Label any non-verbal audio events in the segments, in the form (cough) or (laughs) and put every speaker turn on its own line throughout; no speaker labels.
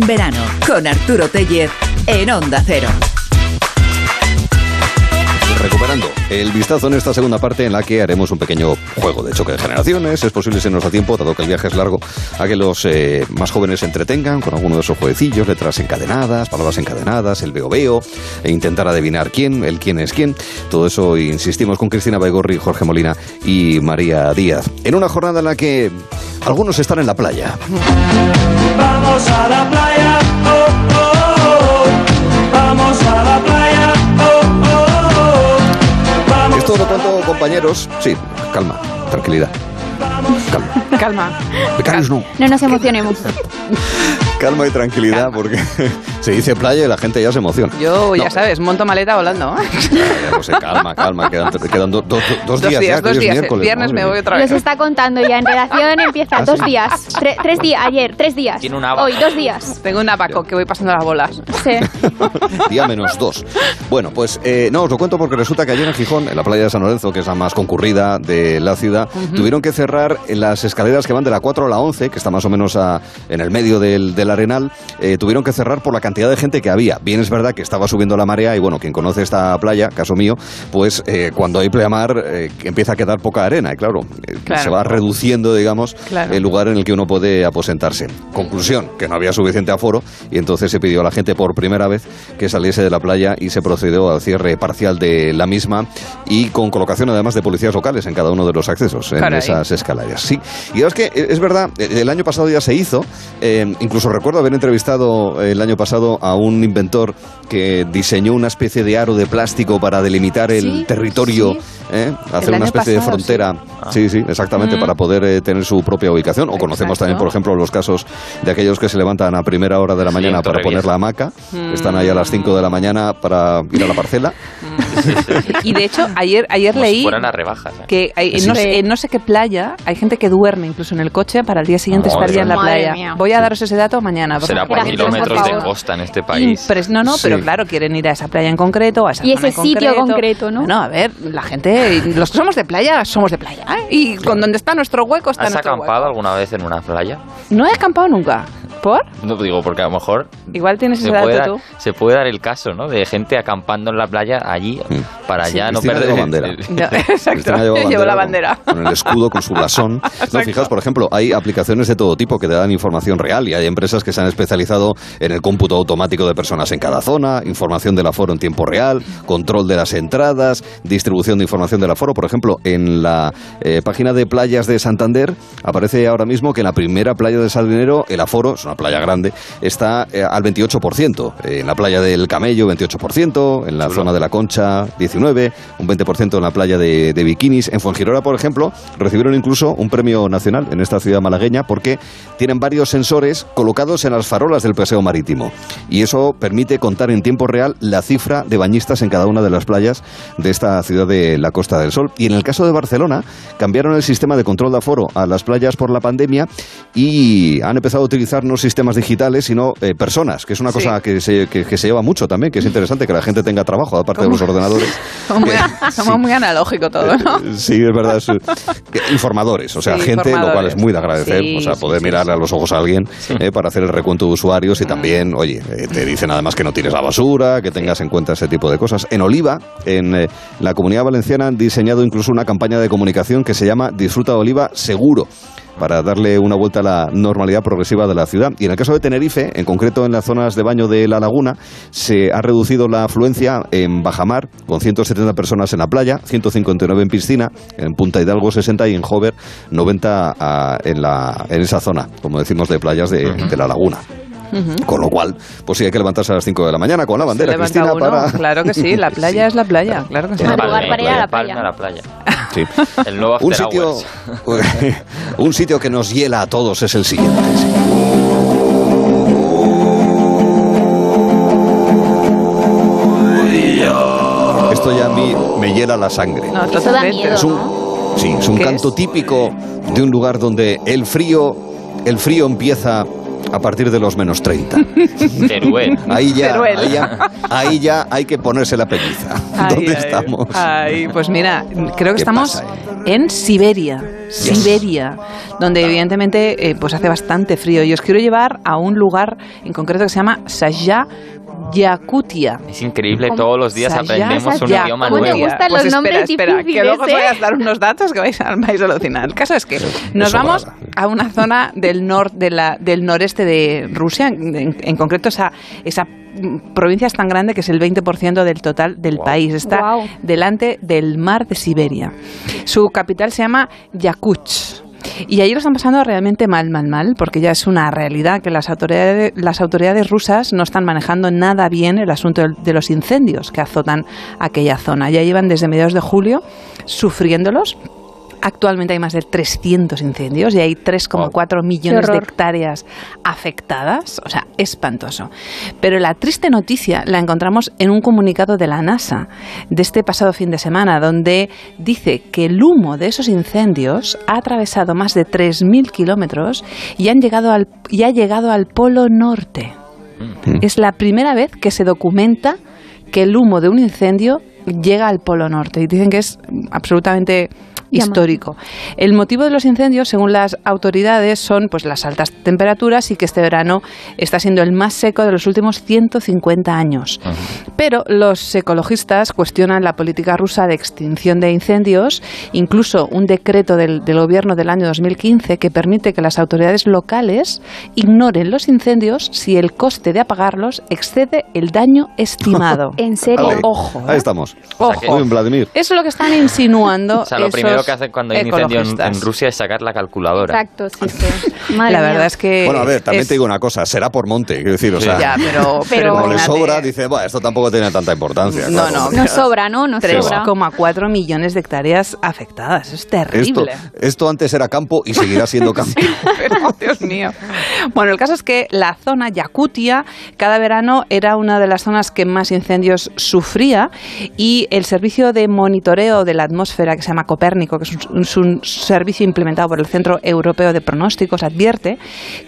verano con Arturo Tellez en Onda Cero.
Recuperando el vistazo en esta segunda parte en la que haremos un pequeño juego de choque de generaciones. Es posible si nos da tiempo, dado que el viaje es largo, a que los eh, más jóvenes se entretengan con alguno de esos jueguecillos, letras encadenadas, palabras encadenadas, el veo veo, e intentar adivinar quién, el quién es quién. Todo eso insistimos con Cristina Baigorri, Jorge Molina y María Díaz. En una jornada en la que algunos están en la playa.
Vamos a la playa, oh, oh, oh, oh. Vamos a la playa, oh, oh, oh, oh. Vamos
Esto lo
a la
cuento, compañeros. Sí, calma, tranquilidad. Calma.
Calma.
Pecaros no.
No nos emocionemos.
Calma y tranquilidad, porque (laughs) se dice playa y la gente ya se emociona.
Yo, Oh, ya
No,
sabes, monto maleta volando.
ya, ya lo sé, calma, calma, quedan, quedan do- do- dos,
Dos
días, ya,
días,
que hoy
dos
es
días. El
miércoles,
viernes
madre
me voy
mía.
otra
Los
vez.
está contando ya. En relación empieza
¿Ah,
dos
sí?
días. Tre- tres días. Ayer, tres días.
Tiene una vaca.
Hoy, dos días.
Tengo un abaco que voy pasando las bolas.
Sí.
(laughs)
Día menos dos. Bueno, pues eh, no, os lo cuento porque resulta que ayer en Gijón, en la playa de San Lorenzo, que es la más concurrida de la ciudad, tuvieron que cerrar las escaleras que van de la 4 a la 11, que está más o menos a- en el medio del, del arenal, eh, tuvieron que cerrar por la cantidad de gente que había. Bien es verdad que estaba subiendo la marea y bueno, quien conoce esta playa, caso mío, pues eh, cuando hay pleamar eh, empieza a quedar poca arena y claro, eh,
Claro.
se va reduciendo, digamos,
Claro.
el lugar en el que uno puede aposentarse. Conclusión, que no había suficiente aforo y entonces se pidió a la gente por primera vez que saliese de la playa y se procedió al cierre parcial de la misma y con colocación además de policías locales en cada uno de los accesos en
Caray.
esas escaleras. Sí, y es que eh, es verdad, eh, el año pasado ya se hizo, eh, incluso recuerdo haber entrevistado eh, el año pasado a un inventor que diseñó una especie de aro de plástico para delimitar el
Sí,
territorio,
sí.
¿eh? hacer
El
una
año
especie de
pasado, sí.
frontera
Ah.
Sí, sí, exactamente, para poder eh, tener su propia ubicación. O conocemos
Exacto.
también, por ejemplo, los casos de aquellos que se levantan a primera hora de la mañana
en
para poner
Torrevieja. Mm.
la hamaca. Están ahí a las 5 de la mañana para ir a la parcela.
Y de hecho, ayer, ayer
Como si
leí
fueran las rebajas. ¿eh?
que hay- en,
Sí.
no sé, en no sé qué playa hay gente que duerme incluso en el coche para el día siguiente
Madre
estar ya en la
mía.
playa.
Madre mía.
Voy a daros ese dato mañana. por
Será
favor.
por
Gracias,
kilómetros
por
de
favor.
costa en este país.
Impres- no, no,
Sí.
pero claro, quieren ir a esa playa en concreto, a esa
Y
zona
ese
en
sitio concreto, ¿no?
No, a ver, la gente, los que somos de playa, somos de playa. ¿eh? Y con donde está nuestro hueco está
¿Has
nuestro
acampado
hueco.
alguna vez en una playa?
No he acampado nunca. ¿Por?
No digo porque a lo mejor
Igual tienes
se
ese
puede,
dato
dar,
tú.
se puede dar el caso, ¿no? De gente acampando en la playa allí
Mm.
para
Sí.
ya no
Cristina
perder
lleva bandera.
(laughs)
Ya, exacto.
Este
Cristina lleva
Llevo la
con-
bandera.
Con, el escudo, con su
(laughs)
blasón. No, fijaos, por ejemplo, hay aplicaciones de todo tipo que te dan información real y hay empresas que se han especializado en el cómputo automático de personas en cada zona, información del aforo en tiempo real, control de las entradas, distribución de información del aforo. Por ejemplo, en la eh, página de playas de Santander aparece ahora mismo que en la primera playa de Sardinero el aforo, es una playa grande, está eh, al 28%. Eh, en la playa del Camello, 28%. En la zona de la Concha, 19%. Un 20% en la playa de, de Bikinis. En Fuengirola, por ejemplo, recibieron incluso un premio nacional en esta ciudad malagueña porque tienen varios sensores colocados en las farolas del paseo marítimo. Y eso permite contar en tiempo real la cifra de bañistas en cada una de las playas de esta ciudad de la Costa del Sol. Y en el caso de Barcelona, cambiaron el sistema de control de aforo a las playas por la pandemia y han empezado a utilizar no sistemas digitales, sino eh, personas, que es una
Sí.
cosa que se, que- que se lleva mucho también, que es interesante que la gente tenga trabajo, aparte de los ordenadores.
Somos muy,
Que-
somos
sí.
muy analógico todo, ¿no?
Eh, Sí, es verdad. es- que informadores, o sea,
Sí,
gente, lo cual
informadores.
es muy de agradecer.
Sí,
o sea,
sí,
poder
sí,
mirarle
sí.
a los ojos a alguien eh, para hacer el recuento de usuarios y también, oye, eh, te dicen además que no tires la basura, que tengas en cuenta ese tipo de cosas. En Oliva, en eh, la comunidad valenciana, han diseñado incluso una campaña de comunicación que se llama Disfruta de Oliva Seguro para darle una vuelta a la normalidad progresiva de la ciudad. Y en el caso de Tenerife, en concreto en las zonas de baño de la laguna, se ha reducido la afluencia en Bajamar, con 170 personas en la playa, 159 en piscina, en Punta Hidalgo 60 y en Hover 90 a- en, la, en esa zona, como decimos, de playas de, de la laguna. Con lo cual, pues sí, hay que levantarse a las 5 de la mañana con la
Se
bandera,
levanta
Cristina,
uno.
para...
Claro que sí, la playa es la playa. Claro que sí.
Madre.
Palma,
lugar para ir a la
Palma
playa.
a la playa.
(laughs) Sí.
El nuevo After
Un sitio,
Hours.
(laughs) un sitio que nos hiela a todos es el siguiente. sí. Esto ya a mí me hiela la sangre.
No,
Eso da
totalmente.
miedo,
Es un, sí, es un
¿Qué
canto
es?
típico de un lugar donde el frío, el frío empieza a partir de los menos
(laughs)
30.
Teruel.
Ahí ya,
Teruel.
ahí ya, ahí ya hay que ponerse la pelliza.
Ay,
¿Dónde
ay,
estamos?
ay, pues mira, creo que
¿Qué
estamos
pasa,
en Siberia. Siberia, donde evidentemente eh, pues hace bastante frío. Y os quiero llevar a un lugar en concreto que se llama Sajá Yakutia.
Es increíble,
¿Cómo? todos
todos
los
los
días
días
Saya,
aprendemos un
Saya,
idioma
¿cómo te
nuevo.
nuevo. gustan
Pues
los nombres
espera, Espera, que
difíciles,
luego os voy a
eh?
dar unos datos que vais a, vais a alucinar. El caso es que nos
eso
vamos
brava.
a una zona del, nor, de la, del noreste de Rusia, en, en- en concreto esa, esa mm, provincia es tan grande que es el 20% del total del país. Está
Guau.
delante del mar de Siberia. Su capital se llama Yakutsk. Y allí lo están pasando realmente mal, mal, mal, porque ya es una realidad que las autoridades, las autoridades rusas no están manejando nada bien el asunto del- de los incendios que azotan aquella zona. Ya llevan desde mediados de julio sufriéndolos. Actualmente hay más de 300 incendios y hay 3,4 millones de
horror.
hectáreas afectadas. O sea, espantoso. Pero la triste noticia la encontramos en un comunicado de la NASA de este pasado fin de semana, donde dice que el humo de esos incendios ha atravesado más de 3.000 kilómetros y, han llegado al, y ha llegado al Polo Norte. Es la primera vez que se documenta que el humo de un incendio llega al Polo Norte y dicen que es absolutamente histórico. El motivo de los incendios, según las autoridades, son pues las altas temperaturas y que este verano está siendo el más seco de los últimos 150 años. Pero los ecologistas cuestionan la política rusa de extinción de incendios, incluso un decreto del, del gobierno del año 2015 que permite que las autoridades locales ignoren los incendios si el coste de apagarlos excede el daño
(laughs)
estimado.
¿En serio?
Ale,
Ojo, ¿eh?
Ahí estamos.
Ojo.
Muy bien, Vladimir.
Eso es lo que están insinuando.
(laughs) (laughs) O sea, lo
esos
primero que hacen cuando hay un incendio en,
ecologistas.
en Rusia es sacar la calculadora.
Exacto, sí, sí. Madre
La verdad
mía.
es que.
Bueno, a ver, también
Eh, es-
te digo una cosa, será por monte, quiero decir, o
Sí.
sea,
Ya,
(laughs)
pero. pero
como le
imagínate,
sobra, dice, bueno, esto tampoco tiene tanta importancia.
No,
claro.
no.
Nos sobra, ¿no? Nos sobra.
3,4 millones de hectáreas afectadas. Eso es
Esto,
terrible.
esto antes era campo y seguirá
(laughs)
siendo campo.
Pero, Dios mío. Bueno, el caso es que la zona Yakutia cada verano era una de las zonas que más incendios sufría y el servicio de monitoreo de la atmósfera que se llama Copérnico, que es un, es un servicio implementado por el Centro Europeo de Pronósticos, advierte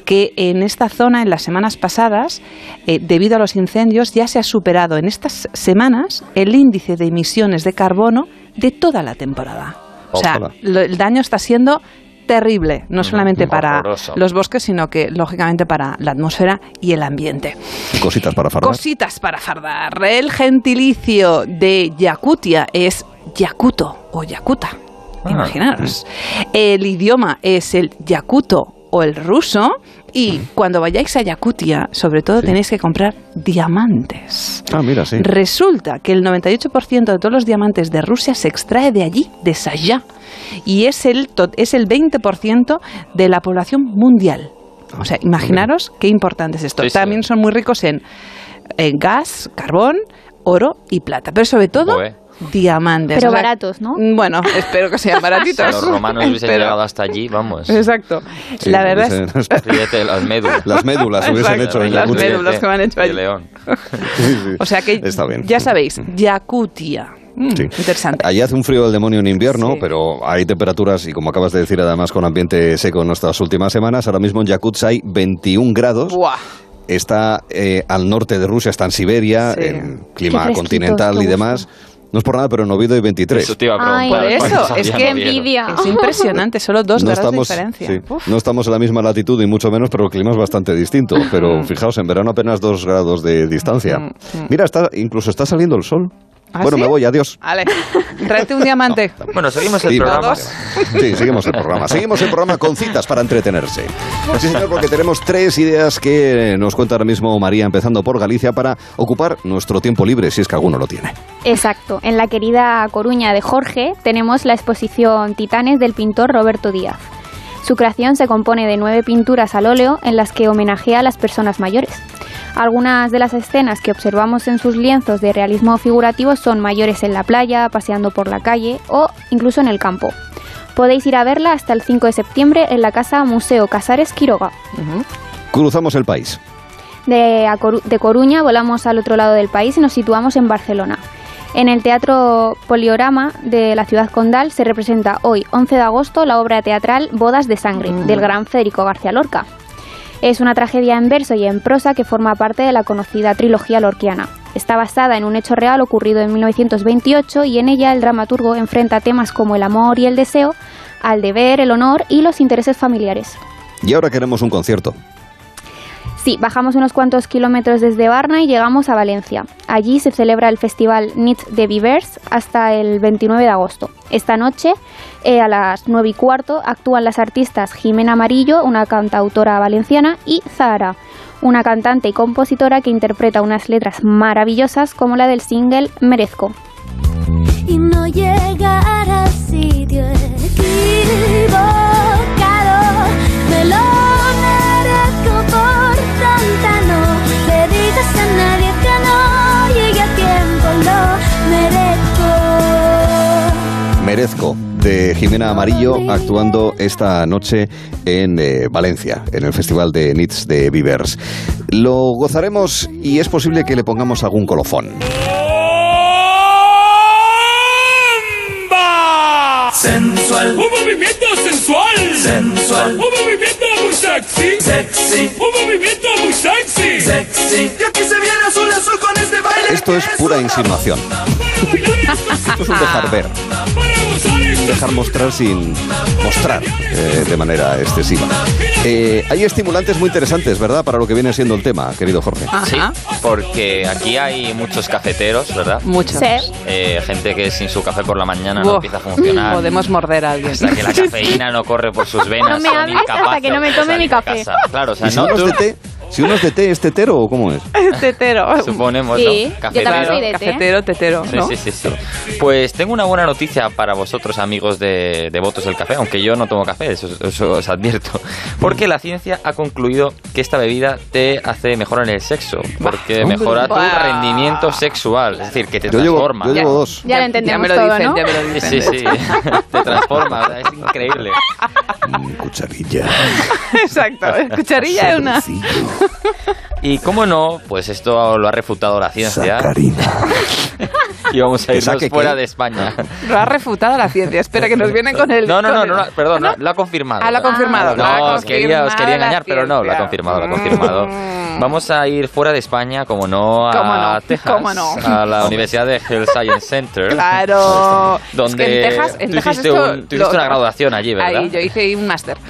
que en esta zona en las semanas pasadas, eh, debido a los incendios, ya se ha superado en estas semanas el índice de emisiones de carbono de toda la temporada. O sea,
Ojalá.
lo- el daño está siendo terrible, no
Ujú,
solamente para
horroroso.
los bosques, sino que lógicamente para la atmósfera y el ambiente.
Cositas para fardar.
Cositas para fardar. El gentilicio de Yakutia es Yakuto o Yakuta.
Ah.
Imaginaros. El idioma es el Yakuto o el ruso. Y cuando vayáis a Yakutia, sobre todo
Sí.
tenéis que comprar diamantes.
Ah, mira, sí.
Resulta que el 98% de todos los diamantes de Rusia se extrae de allí, de Sayá, y es el, to- es el 20% de la población mundial. O sea, imaginaros qué importante es esto.
Sí, sí.
También son muy ricos en, en gas, carbón, oro y plata, pero sobre todo
Joé.
diamantes. mm,
Pero baratos, ¿no?
Bueno, (laughs) espero que sean baratitos.
Si los romanos hubiesen
Espero.
llegado hasta allí, vamos.
(laughs) Exacto.
Sí,
la verdad es
dicen-
Ríete de las
(laughs)
médulas.
Las médulas hubiesen
este, Exacto,
hecho en
las
Yakutsk.
médulas. que me han hecho
De
allí.
León.
(laughs) Sí, sí.
(laughs) O sea que
Está bien.
ya sabéis, Yakutia. Mm,
Sí.
Interesante.
Allí hace un frío del demonio en invierno,
Sí.
pero hay temperaturas, y como acabas de decir, además con ambiente seco en nuestras últimas semanas. Ahora mismo en Yakutsk hay 21 grados.
Buah.
Está eh, al norte de Rusia, está en Siberia,
Sí.
en clima
Qué fresquitos,
continental
qué
y
gusto.
demás. No es por nada, pero en Oviedo hay 23.
Eso te iba a
Ay,
Por
preguntar. ¿cuántos
eso, es
habían
que
habido?
envidia.
Es impresionante, solo dos grados de diferencia.
sí,
Uf.
no estamos en la misma latitud y mucho menos, pero el clima es bastante distinto. Pero fijaos, en verano apenas dos grados de distancia. Mira, está, incluso está saliendo el sol.
Mm, ¿Ah,
bueno,
sí?
me voy, adiós.
Ale, tráete un diamante.
(laughs)
Bueno, seguimos el
Sí,
programa.
Todos.
Sí, seguimos el programa. Seguimos el programa con citas para entretenerse. Sí, señor, porque tenemos tres ideas que nos cuenta ahora mismo María, empezando por Galicia, para ocupar nuestro tiempo libre, si es que alguno lo tiene.
Exacto. En la querida Coruña de Jorge tenemos la exposición Titanes del pintor Roberto Díaz. Su creación se compone de nueve pinturas al óleo en las que homenajea a las personas mayores. Algunas de las escenas que observamos en sus lienzos de realismo figurativo son mayores en la playa, paseando por la calle o incluso en el campo. Podéis ir a verla hasta el 5 de septiembre en la Casa Museo Casares Quiroga.
Cruzamos el país.
De, a Coru- de Coruña volamos al otro lado del país y nos situamos en Barcelona. En el Teatro Poliorama de la ciudad condal se representa hoy, 11 de agosto, la obra teatral Bodas de Sangre, del gran Federico García Lorca. Es una tragedia en verso y en prosa que forma parte de la conocida trilogía lorquiana. Está basada en un hecho real ocurrido en 1928 y en ella el dramaturgo enfrenta temas como el amor y el deseo al deber, el honor y los intereses familiares.
Y ahora queremos un concierto.
Sí, bajamos unos cuantos kilómetros desde Varna y llegamos a Valencia. Allí se celebra el festival Nit de Vivers hasta el 29 de agosto. Esta noche, eh, a las 9 y cuarto, actúan las artistas Jimena Amarillo, una cantautora valenciana, y Zahara, una cantante y compositora que interpreta unas letras maravillosas como la del single Merezco.
Y no llegar al sitio equivocado, me lo merezco por tonta, no le digas a nadie que no llegue a tiempo, lo merezco.
Merezco, de Jimena Amarillo, actuando esta noche en eh, Valencia, en el Festival de Nits de Vivers. Lo gozaremos y es posible que le pongamos algún colofón.
¡Bomba!
Sensual.
Un movimiento sensual.
Sensual.
Un movimiento muy sexy.
Sexy.
Un movimiento muy sexy.
Sexy. Y aquí se viene azul azul con este baile.
Esto es pura insinuación,
Para bailar es-
esto es un dejar ver,
para gozar es-
dejar mostrar sin mostrar eh, de manera excesiva. Eh, hay estimulantes muy interesantes, ¿verdad? Para lo que viene siendo el tema, querido Jorge.
Sí,
Ajá.
porque aquí hay muchos cafeteros, ¿verdad?
Mm.
Muchos.
Sí.
Eh, gente que sin su café por la mañana no
Buah.
empieza a funcionar.
Podemos morder a alguien.
Hasta que
(laughs)
la cafeína no corre por sus venas.
No me
son
hables hasta
incapaces
que no me
de
tome mi
salir de
café.
casa. Claro, o sea,
¿Y si
no,
uno es
tú
de té? Si uno es de té, ¿es tetero o cómo es?
(laughs) Tetero.
suponemos,
Sí,
¿no?
yo también soy de té.
Cafetero, tetero,
Sí,
¿no?
sí, sí, sí. Pues tengo una buena noticia para vosotros, amigos de, de Votos del Café, aunque yo no tomo café, eso, eso os advierto.
Mm.
Porque la ciencia ha concluido que esta bebida te hace mejorar el sexo, porque
hombre.
mejora tu
Buah.
rendimiento sexual, es decir, que te
Yo llevo,
transforma.
yo llevo dos.
Ya lo
Ya
entendemos
me lo
todo,
dicen,
¿no?
ya me lo
Sí,
dicen.
sí, sí, (laughs) te transforma, ¿verdad? es increíble.
Mm, cucharilla.
Exacto. (laughs) Cucharilla es una.
sobrecillo,
Y cómo no, pues esto lo ha refutado la ciencia
sacarina.
y vamos a
¿Que
irnos
saque qué?
fuera de España.
Lo ha refutado la ciencia. Espera que nos vienen con el.
Eh, No, no,
con
no,
el-
no, no, perdón, no, lo ha confirmado.
Ah, lo ha confirmado,
No,
lo ha
os, quería, os quería
confirmado
engañar,
la
pero no, lo ha
ciencia.
confirmado, lo ha
Mm.
confirmado. Vamos a ir fuera de España, como no, a
Cómo no,
Texas,
cómo no.
a la Universidad de Health Science Center. (laughs)
Claro.
Donde
Es que en Texas, en
tú
Texas
hiciste,
esto
un- tú
lo-
hiciste una graduación allí, ¿verdad?
Ahí yo hice ahí un
(laughs)
máster. (laughs)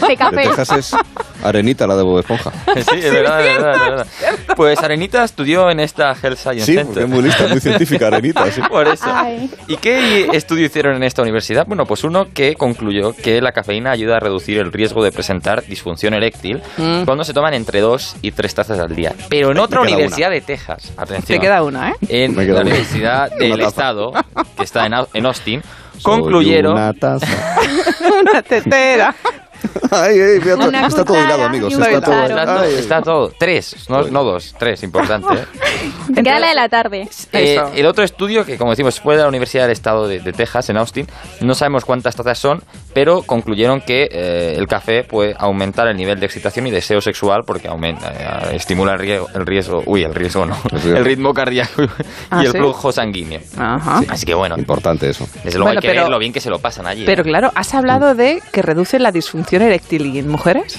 De
De
café.
Texas es arenita la de Bob Esponja.
(laughs) Sí, es verdad, es verdad,
(laughs)
es verdad. Pues Arenita estudió en esta Health Science
Sí, porque
Center.
es muy lista, muy científica, arenita.
(laughs)
sí.
Por eso.
Ay.
¿Y qué estudio hicieron en esta universidad? Bueno, pues uno que concluyó que la cafeína ayuda a reducir el riesgo de presentar disfunción eréctil
Mm.
cuando se toman entre dos y tres tazas al día. Pero en otra
queda una.
universidad de Texas, atención,
Te queda una, ¿eh? (laughs)
en
Me queda
la
una.
Universidad
Una
del
taza.
Estado, que está en Au- en Austin,
Soy
concluyeron...
una taza. (laughs)
Una tetera.
Ay, ay, mira, to-
Una
está todo
cuchara
hilado, amigos.
y un
Está todo,
cucharo.
Está todo-
ay, ay.
está todo. Tres, no, no dos, tres,
(laughs)
importante. ¿eh?
Te queda la de la tarde.
Eh,
Eso.
el otro estudio, que como decimos fue de la Universidad del Estado de, de Texas, en Austin, no sabemos cuántas tazas son, pero concluyeron que eh, el café puede aumentar el nivel de excitación y deseo sexual porque aumenta, eh, estimula el riesgo, el riesgo, uy, el riesgo no,
El riesgo.
(laughs) el ritmo cardíaco y
Ah,
el
¿sí?
flujo sanguíneo.
Ajá.
Así que bueno,
Importante eso.
desde luego
Bueno,
hay que
pero-
ver lo bien que se lo pasan allí.
Pero
¿eh?
claro, has hablado de que reduce la disfunción eréctil y en mujeres.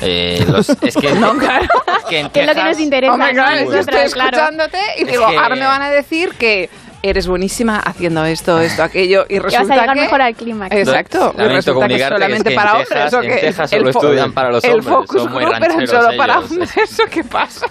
Eh, los- es que,
(laughs)
(laughs)
No, claro.
es que en
Que es lo que
Texas-
nos interesa.
Hombre, claro,
¿no?
yo estoy
Nosotras, claro.
escuchándote y
Es
digo,
que-
ahora me van a decir que eres buenísima haciendo esto, esto, aquello y
vas a
resulta
llegar
que
mejor al clímax.
Exacto, y
Lamento
resulta que es
comunicarte que
solamente
es que en
para
Texas-
hombres o
en
que
Texas solo
el fo-
estudian para los
el
hombres,
focus
son muy
group eran
rancheros
solo para
ellos.
hombres, eso qué pasa.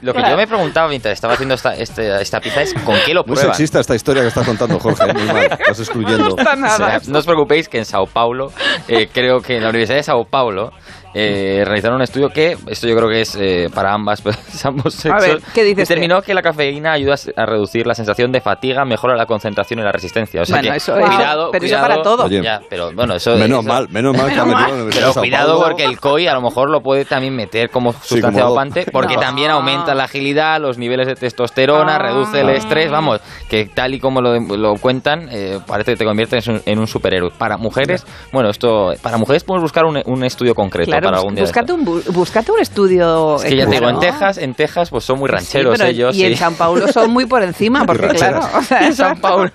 Lo que yo me preguntaba mientras estaba haciendo esta, este- esta pizza es con qué lo
Muy
prueban.
sexista esta historia que estás contando, Jorge. Muy mal. Estás excluyendo.
No está nada.
O sea, no os preocupéis que en Sao Paulo, eh, creo que en la Universidad de Sao Paulo, eh, realizaron un estudio que, esto yo creo que es eh, para ambas, (laughs) ambos sexos,
ver, ¿qué dices
determinó que la cafeína ayuda a reducir la sensación de fatiga, mejora la concentración y la resistencia. O sea
Bueno,
que,
eso es-
cuidado,
pero eso
cuidado.
para todo.
Oye.
Ya, pero bueno, eso...
Menos
eso-
mal, menos mal que ha metido Pues en la Universidad
Pero
de Sao
cuidado
Paulo.
porque el COI a lo mejor lo puede también meter como sustancia
como-
dopante, porque
No.
también aumenta la agilidad, los niveles de testosterona,
Ah.
reduce el estrés, vamos, que tal y como lo, lo cuentan, eh, parece que te conviertes en un, en un superhéroe. Para mujeres, bueno, esto, para mujeres podemos buscar un, un estudio concreto,
Claro,
para
bus-
algún día. de
búscate,
esto.
un, bu- búscate un estudio.
Es que ya te digo, en
claro.
Texas, en Texas pues son muy
Sí,
rancheros
pero-
ellos.
Y en
sí. (laughs)
San Paulo son muy por encima, porque claro.
rancheros.
o sea,
En San Paulo.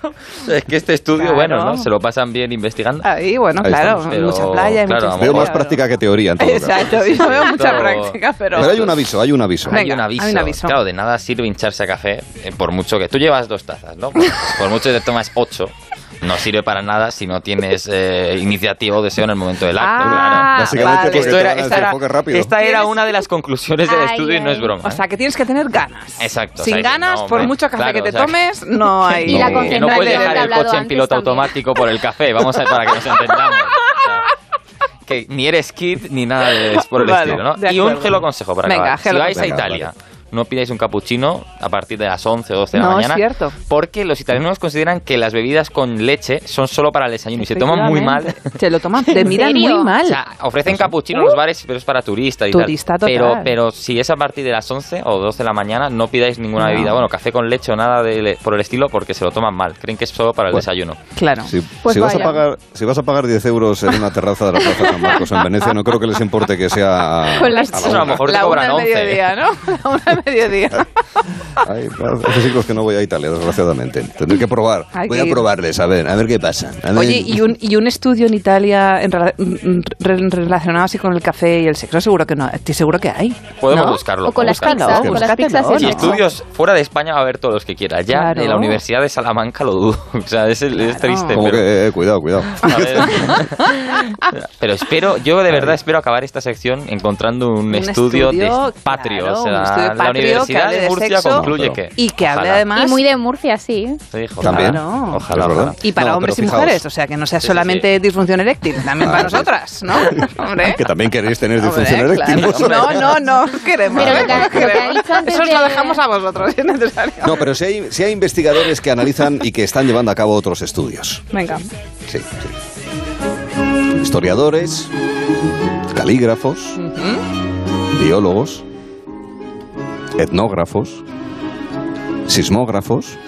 Es que este estudio,
Claro.
bueno, ¿no? Se lo pasan bien investigando.
Ahí, bueno,
Ahí
claro,
estamos,
pero-
mucha playa y
claro,
mucha
vamos.
Veo más
historia,
práctica que teoría en todo caso.
Exacto, yo veo mucha
Pero-
práctica, pero...
Pero hay un aviso, hay un aviso.
Venga,
Pues hay, un aviso.
hay un aviso.
Claro, de nada sirve hincharse a café, eh, por mucho que tú llevas dos tazas, ¿no? Por, por mucho que te tomas ocho, no sirve para nada si no tienes eh, iniciativa o deseo en el momento del acto.
Ah,
Básicamente
vale.
porque
Esto
te
era-
van a
esta
decir,
era-
"Enfoque rápido.
claro. Esta era una de las conclusiones del
Ay,
estudio y no
ay.
es broma. ¿eh?
O sea, que tienes que tener ganas.
Exacto, o
Sin
sea, que
ganas,
no,
por
hombre,
mucho café
claro,
que te
o sea,
tomes, no hay...
Y la
¿eh? (laughs) Que no
concentración
puedes
que
dejar
te he
el
hablado
coche en
antes
piloto
también.
automático por el café, vamos a ver para que nos entendamos. O sea, que ni eres kid ni nada de, por el
Vale,
estilo, ¿no?
de
Y un
acuerdo.
gelo consejo para
Venga,
acabar. Si
gelo
vais a
consejo.
Italia, no pidáis un cappuccino a partir de las 11 o 12 de la
No, es
mañana.
cierto.
Porque los italianos consideran que las bebidas con leche son solo para el desayuno y se toman muy mal.
Efectivamente. (laughs) Se lo toman, te miran muy
serio?
mal.
O sea, ofrecen cappuccino en los bares, pero es para turistas y
Pues Turista
tal.
total.
Pero, pero si es a partir de las 11 o 12 de la mañana, no pidáis ninguna
No.
bebida. Bueno, café con leche o nada de le- por el estilo, porque se lo toman mal. Creen que es solo para el
Bueno.
desayuno.
claro.
Si,
Pues
si vas a
vaya.
pagar, si vas a pagar 10 euros en una terraza de la Plaza San Marcos en Venecia, no creo que les importe que sea...
(laughs) Con las-
a la
Eso a lo
una.
mejor te
la
cobran ¿eh?
una al
11.
mediodía, ¿no? (laughs) La una al
(laughs)
mediodía.
Ay, claro, hace siglos que no voy a Italia, desgraciadamente. Tendré que probar.
Hay
voy
que
a
ir.
probarles, a ver, a ver qué pasa. A ver-
Oye, y un, y un estudio en Italia en rela- mm, re- relacionado así con el café y el sexo, seguro que no. Estoy seguro que hay.
Podemos
¿no?
buscarlo.
O con las
podemos
Búscalo,
pizzas, con las
búscatelo,
pizzas
¿no?
es
Y
Sí,
sexo.
estudios fuera de España va a haber todos los que quieras. Ya
Claro. Ah.
de la Universidad de Salamanca lo dudo. (laughs) O sea, es, el- es triste.
Como
pero-
que, eh, cuidado, cuidado.
A ver. (laughs) Pero espero, yo de verdad espero acabar esta sección encontrando un,
Un
estudio, de-
estudio,
patrio.
claro,
o sea,
un estudio
la
patrio que
Universidad
hable
de
de
Murcia
sexo
concluye
No,
que.
pero-
Y que hable
Ojalá.
además...
Y muy de Murcia, sí.
Sí, ojalá.
También.
Claro.
Ojalá,
Claro.
ojalá.
Y para
No,
hombres y
pero fijaos.
mujeres, o sea, que no sea
Sí, sí,
solamente disfunción eréctil, también para
Ah.
nosotras,
(laughs)
¿no? Hombre.
Que también queréis tener
Hombre,
disfunción eréctil.
claro.
vosotros.
No, no, no queremos. ¿eh?
Pero lo que-
no
lo que
queremos.
ha dicho antes
Eso os lo
de-
dejamos a vosotros, (laughs) si es necesario.
No, pero si hay, si hay investigadores que analizan y que están llevando a cabo otros estudios.
Venga.
Sí, sí. Historiadores, calígrafos, biólogos, etnógrafos,
(laughs)
sismógrafos.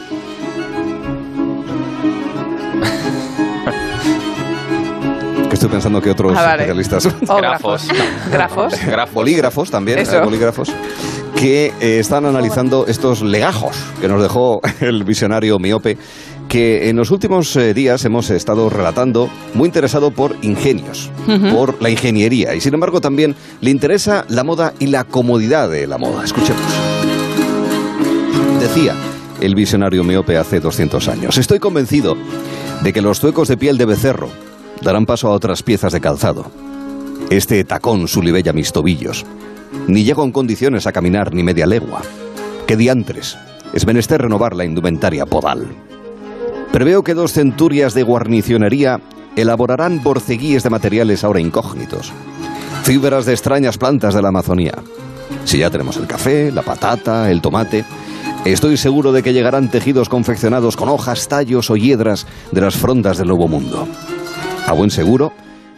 que estoy pensando que otros
Ah, vale. (laughs)
especialistas.
O
Grafos.
Grafos.
Grafos.
Bolígrafos también,
Eso.
hay bolígrafos, que eh, están analizando estos legajos que nos dejó (laughs) el visionario miope, que en los últimos eh, días hemos estado relatando, muy interesado por ingenios, por la ingeniería, y sin embargo también le interesa la moda y la comodidad de la moda. Escuchemos. Decía el visionario miope hace 200 años, estoy convencido de que los zuecos de piel de becerro darán paso a otras piezas de calzado. Este tacón sulibella mis tobillos. Ni llego en condiciones a caminar ni media legua. ¿Qué diantres? Es menester renovar la indumentaria podal. Preveo que dos centurias de guarnicionería elaborarán borceguíes de materiales ahora incógnitos. Fibras de extrañas plantas de la Amazonía. Si ya tenemos el café, la patata, el tomate, estoy seguro de que llegarán tejidos confeccionados con hojas, tallos o hiedras de las frondas del nuevo mundo. A buen seguro,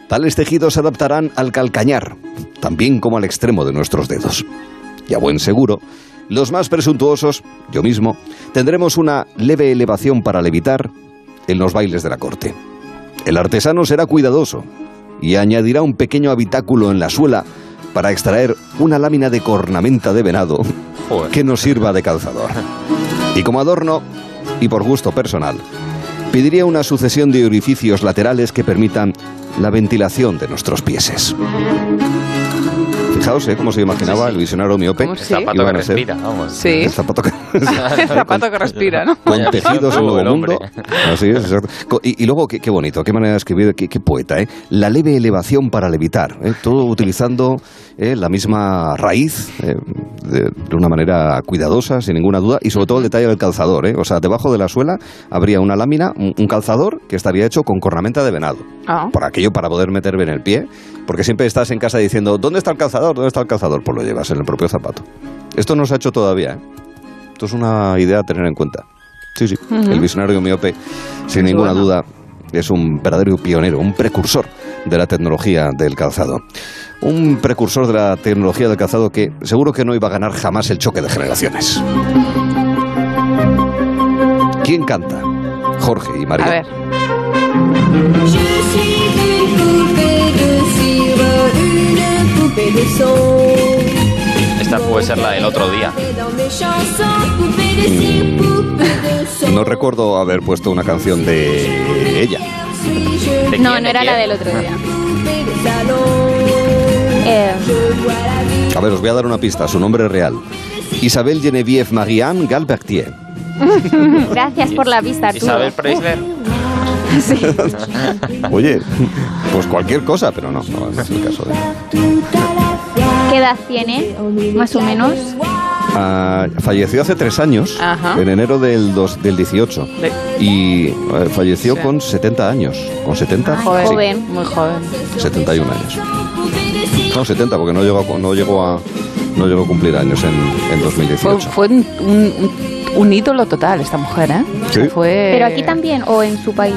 tales tejidos se adaptarán al calcañar, también como al extremo de nuestros dedos. Y a buen seguro, los más presuntuosos, yo mismo, tendremos una leve elevación para levitar en los bailes de la corte. El artesano será cuidadoso y añadirá un pequeño habitáculo en la suela para extraer una lámina de cornamenta de venado
Joder.
que nos sirva de calzador. Y como adorno, y por gusto personal, pediría una sucesión de orificios laterales que permitan la ventilación de nuestros pieses. Fijaos, ¿eh? Cómo se imaginaba el visionario miope.
¿Cómo
El
Sí.
zapato
Iban
que
a ser-
respira,
(laughs)
vamos. (laughs)
Sí.
El zapato que-
El zapato que respira, ¿no?
con
Vaya,
tejidos
tú,
en nuevo
el hombre.
mundo. Así es, exacto. Co- Y, y luego, qué, qué bonito, qué manera de escribir, qué, qué poeta, ¿eh? La leve elevación para levitar, ¿eh? todo utilizando eh, la misma raíz, eh, de, de una manera cuidadosa, sin ninguna duda, y sobre todo el detalle del calzador, ¿eh? O sea, debajo de la suela habría una lámina, un, un calzador que estaría hecho con cornamenta de venado.
Ah.
Por aquello, para poder meter bien el pie, porque siempre estás en casa diciendo, ¿dónde está el calzador? ¿Dónde está el calzador? Pues lo llevas en el propio zapato. Esto no se ha hecho todavía, ¿eh? Esto es una idea a tener en cuenta. Sí, sí. El visionario miope, sin ninguna
bueno.
duda, es un verdadero pionero, un precursor de la tecnología del calzado. Un precursor de la tecnología del calzado que seguro que no iba a ganar jamás el choque de generaciones. ¿Quién canta? Jorge y María.
A ver.
Je suis une poupée de cire, une
poupée de son.
Esta puede ser la del otro día.
Dans mes chansons, poupée de cire, poupée de son.
Mm. No recuerdo haber puesto una canción de ella.
Si je
¿De
No,
quién,
no
de
era
quién?
la del otro día.
(laughs)
poupée de salon,
Eh, (laughs)
je vois la vie
A ver, os voy a dar una pista, su nombre real. Isabel Geneviève Marianne Galbertier.
gracias por la pista, Arturo.
Isabel Preisler.
Sí.
Oye, pues cualquier cosa, pero no, no es el caso de...
tout à la fois.
¿Qué edad tiene? Más o menos.
Ah, falleció hace tres años,
Ajá.
en enero del, dos- del 18,
Sí.
y eh, falleció
Sí.
con 70 años. ¿Con 70?
Ay,
Joven,
Sí,
joven.
muy joven.
71 años. No, 70, porque no llegó, a- no llegó, a, no llegó a cumplir años en, en
Fue,
2018.
fue un, un- un ídolo total esta mujer, ¿eh? O sea,
Sí.
Fue...
Pero aquí también o en su país.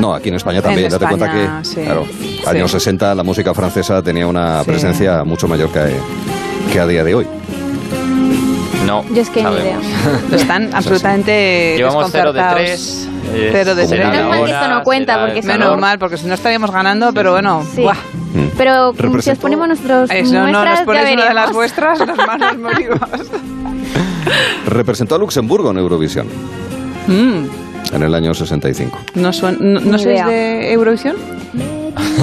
No, aquí en España también,
En
date cuenta
España,
que,
sí.
claro,
Sí.
años 60 la música francesa tenía una
Sí.
presencia mucho mayor que, que a día de hoy.
No.
Yo es que ni idea.
sabemos. (laughs)
Están absolutamente
Llevamos cero de
desconcertados.
tres. eh,
Cero de
como nada.
tres.
será
Menos mal que
ahora,
esto no cuenta,
será el
porque si
Menos
calor.
mal, porque si no estaríamos ganando, pero bueno,
Sí.
¡buah!
Mm.
Pero mm, si os
Representó-
ponemos nuestros
Eso, no
nuestras,
nos
ya
pones una de las
veremos.
vuestras, nos manos morimos.
Representó a Luxemburgo en Eurovisión
(laughs) Mm,
en el año 65.
¿No, suena- no, no
Ni
sois
idea.
de Eurovisión?
(laughs)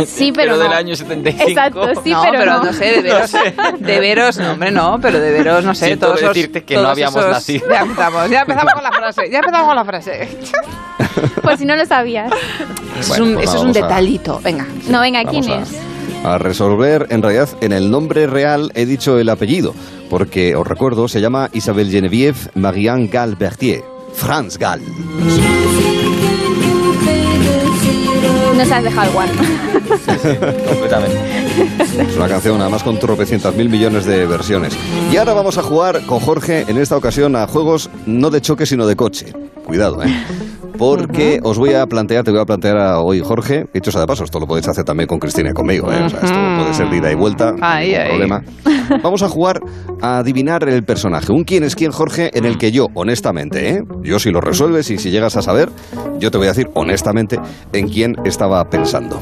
Sí, pero,
del
no.
año 75.
Exacto, sí,
no,
pero,
(laughs)
no. sé, de veros. De veros, no, hombre, no, pero de veros, no sé.
Siento
todos esos-
decirte que no
todos
habíamos
esos-
nacido.
(laughs) Ya empezamos, ya empezamos con la frase, ya empezamos con la frase.
Por Pues si no lo sabías.
Eso es
Bueno,
un,
pues nada,
eso es un
vamos a-
detallito, venga.
No, venga,
Vamos
¿quién
a-
es?
A resolver, en realidad, en el nombre real he dicho el apellido, porque os recuerdo, se llama Isabel Geneviève Marianne Galbertier, France Gall.
Nos has dejado igual.
Completamente.
Es una canción, además, con tropecientas mil millones de versiones. Y ahora vamos a jugar con Jorge, en esta ocasión, a juegos no de choque, sino de coche. Cuidado, ¿eh? Porque os voy a plantear, te voy a plantear a hoy, Jorge, dicho sea de paso, esto lo podéis hacer también con Cristina y conmigo, ¿eh? O sea, esto
Ujú.
puede ser de ida y vuelta,
Ahí,
ningún
ahí.
problema. (laughs) Vamos a jugar a adivinar el personaje. Un quién es quién, Jorge, en el que yo, honestamente, ¿eh? yo si lo resuelves y si llegas a saber, yo te voy a decir honestamente en quién estaba pensando.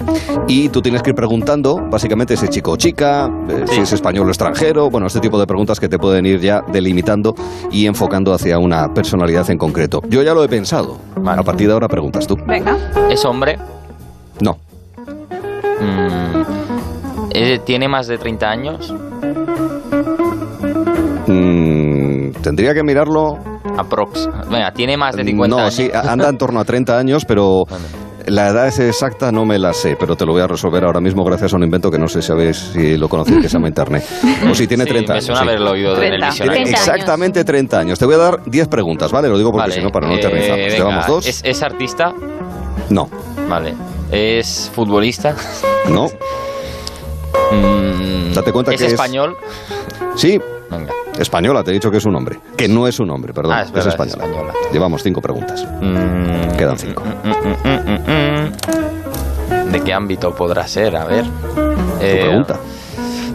Y tú tienes que ir preguntando, básicamente, si es chico o chica, eh, si
Sí.
es español o extranjero, bueno, este tipo de preguntas que te pueden ir ya delimitando y enfocando hacia una personalidad en concreto. Yo ya lo he pensado.
Vale.
A partir de ahora preguntas tú.
Venga.
¿Es hombre?
No,
Mm, eh, ¿Tiene más de 30 años?
Mm, tendría que mirarlo.
Aprox. Venga, tiene más de 50
no,
años.
sí, a- anda en torno a 30 años, pero
Vale.
la edad es exacta no me la sé, pero te lo voy a resolver ahora mismo gracias a un invento que no sé si sabéis si lo conocéis que se llama
(laughs)
internet. O si tiene
Sí,
30
Me
años.
suena
sí.
haberlo oído en el
Tiene
30.
visionario.
30 años.
exactamente 30 años. Te voy a dar 10 preguntas, ¿vale? Lo digo porque
Vale,
si no, para no
eh,
eternizarnos.
venga,
Llevamos dos.
¿Es, es artista?
No,
Vale. ¿Es futbolista? (laughs)
no.
Mm,
Date cuenta que
¿Es
es-
español?
Sí,
Venga.
española, te he dicho que es un hombre. Que no es un hombre, perdón.
Ah, es verdad, es
española.
española.
Llevamos 5 preguntas.
Mm,
Quedan 5.
mm, mm, mm, mm, mm. ¿De qué ámbito podrá ser? A ver. Eh,
pregunta.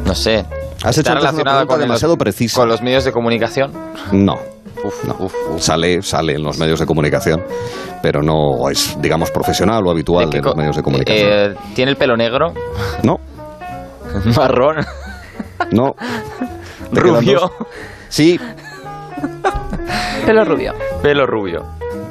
No sé.
Has hecho antes
¿Está
una
relacionado
pregunta
con
demasiado
los,
precisa.
con los medios de comunicación?
No.
Uf,
No.
uf, uf.
Sale, sale en los medios de comunicación, pero no es, digamos, profesional o habitual
¿De qué
en los
co-
medios de comunicación.
eh, ¿Tiene el pelo negro? (laughs)
no,
¿Marrón? (laughs)
no. Te quedan
¿Rubio?
dos. Sí,
Pelo rubio.
Pelo rubio.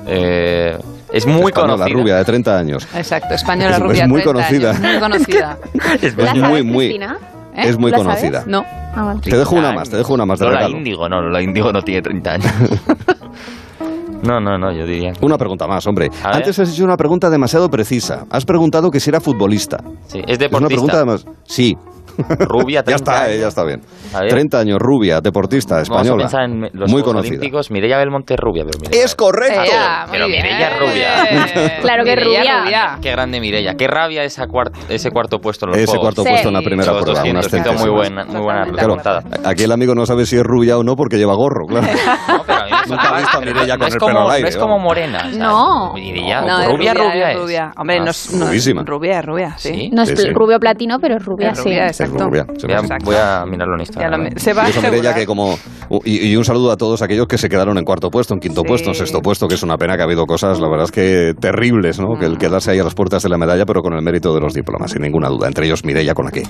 Eh, es muy
española,
conocida.
rubia de 30 años.
Exacto, española
Es- es
rubia.
muy
30 años,
conocida.
muy conocida.
Es
¿La
Es
verdad.
sabes,
muy, muy.
Cristina?
¿Eh?
(laughs) Es muy
¿La
conocida.
No.
Ah, vale.
Te dejo una más, te dejo una más de
Lola
regalo.
Índigo, no, Lola Índigo no tiene 30
(laughs)
años. no, no, no, yo diría. que
Una pregunta más, hombre.
A ver.
Antes has hecho una pregunta demasiado precisa. Has preguntado que si era futbolista.
Sí, es
Es una pregunta
deportista.
además. Sí.
Rubia,
(laughs)
30
ya está, eh,
años.
ya está bien.
A ver.
30 años, rubia, deportista,
Vamos a
española.
pensar en los
muy
Juegos
conocida.
Olímpicos. Mireia Belmonte es rubia, pero Mireia-
Es correcto.
Ella,
Pero
muy bien.
Mireia es rubia.
Claro que es
Mireia
rubia.
Qué grande Mireia. Qué rabia esa cuart- ese cuarto puesto en los
Ese
Juegos.
cuarto
Sí.
puesto en la primera
Los
prueba.
200,
unas
cinco, muy
centésimas.
buena, muy buena
Totalmente
Pues Claro,
remontada.
aquí el amigo no sabe si es rubia o no porque lleva gorro,
(laughs)
claro.
No, pero a mí me
(laughs) Nunca
sonaba,
he visto a
pero
Mireia
no
con
es
el
como,
pelo al aire,
No es como
vamos.
morena. o sea,
No.
Mireia,
No, es
rubia, rubia,
es
es.
rubia. Hombre,
Ah,
no, es- no es-
Rubísima.
Rubia, es rubia, sí.
¿Sí?
No es
Sí,
pl-
sí.
rubio platino, pero es rubia,
Es rubia,
sí.
exacto.
Es rubia, sí.
Voy a,
Exacto.
voy a mirarlo en
Ya lo
Instagram. ¿eh?
me- se va a
Y eso, Mireia,
asegurar.
que como, U- Y, y un saludo a todos aquellos que se quedaron en cuarto puesto, en quinto
Sí.
puesto, en sexto puesto, que es una pena que ha habido cosas, la verdad es que terribles, ¿no? Que
Mm.
el quedarse ahí a las puertas de la medalla, pero con el mérito de los diplomas, sin ninguna duda. Entre ellos Mireia con aquí.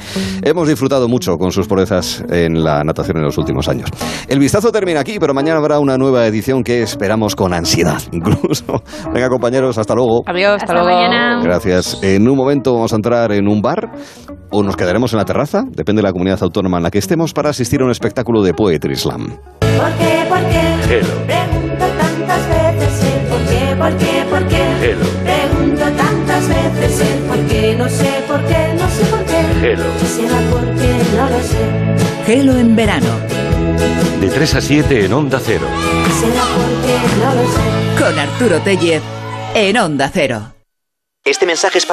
Hemos disfrutado mucho con sus proezas en la natación en los últimos años. El vistazo termina aquí, pero mañana habrá una nueva edición que esperamos con ansiedad, (laughs) incluso. Venga, compañeros, hasta luego.
Adiós, hasta,
Hasta
luego.
mañana.
Gracias. En un momento vamos a entrar en un bar o nos quedaremos en la terraza, depende de la comunidad autónoma en la que estemos, para asistir a un espectáculo de Poetry Slam.
¿Por qué? ¿Por qué? Pregunto tantas veces el por qué, por qué, por qué. Pregunto tantas veces el por qué, no sé por qué, no sé por qué. Quisiera por qué, no lo sé.
Gelo en verano
De 3 a 7 en Onda Cero.
Quisiera por qué, no lo sé.
con Arturo Tellez en Onda Cero.
Este mensaje es para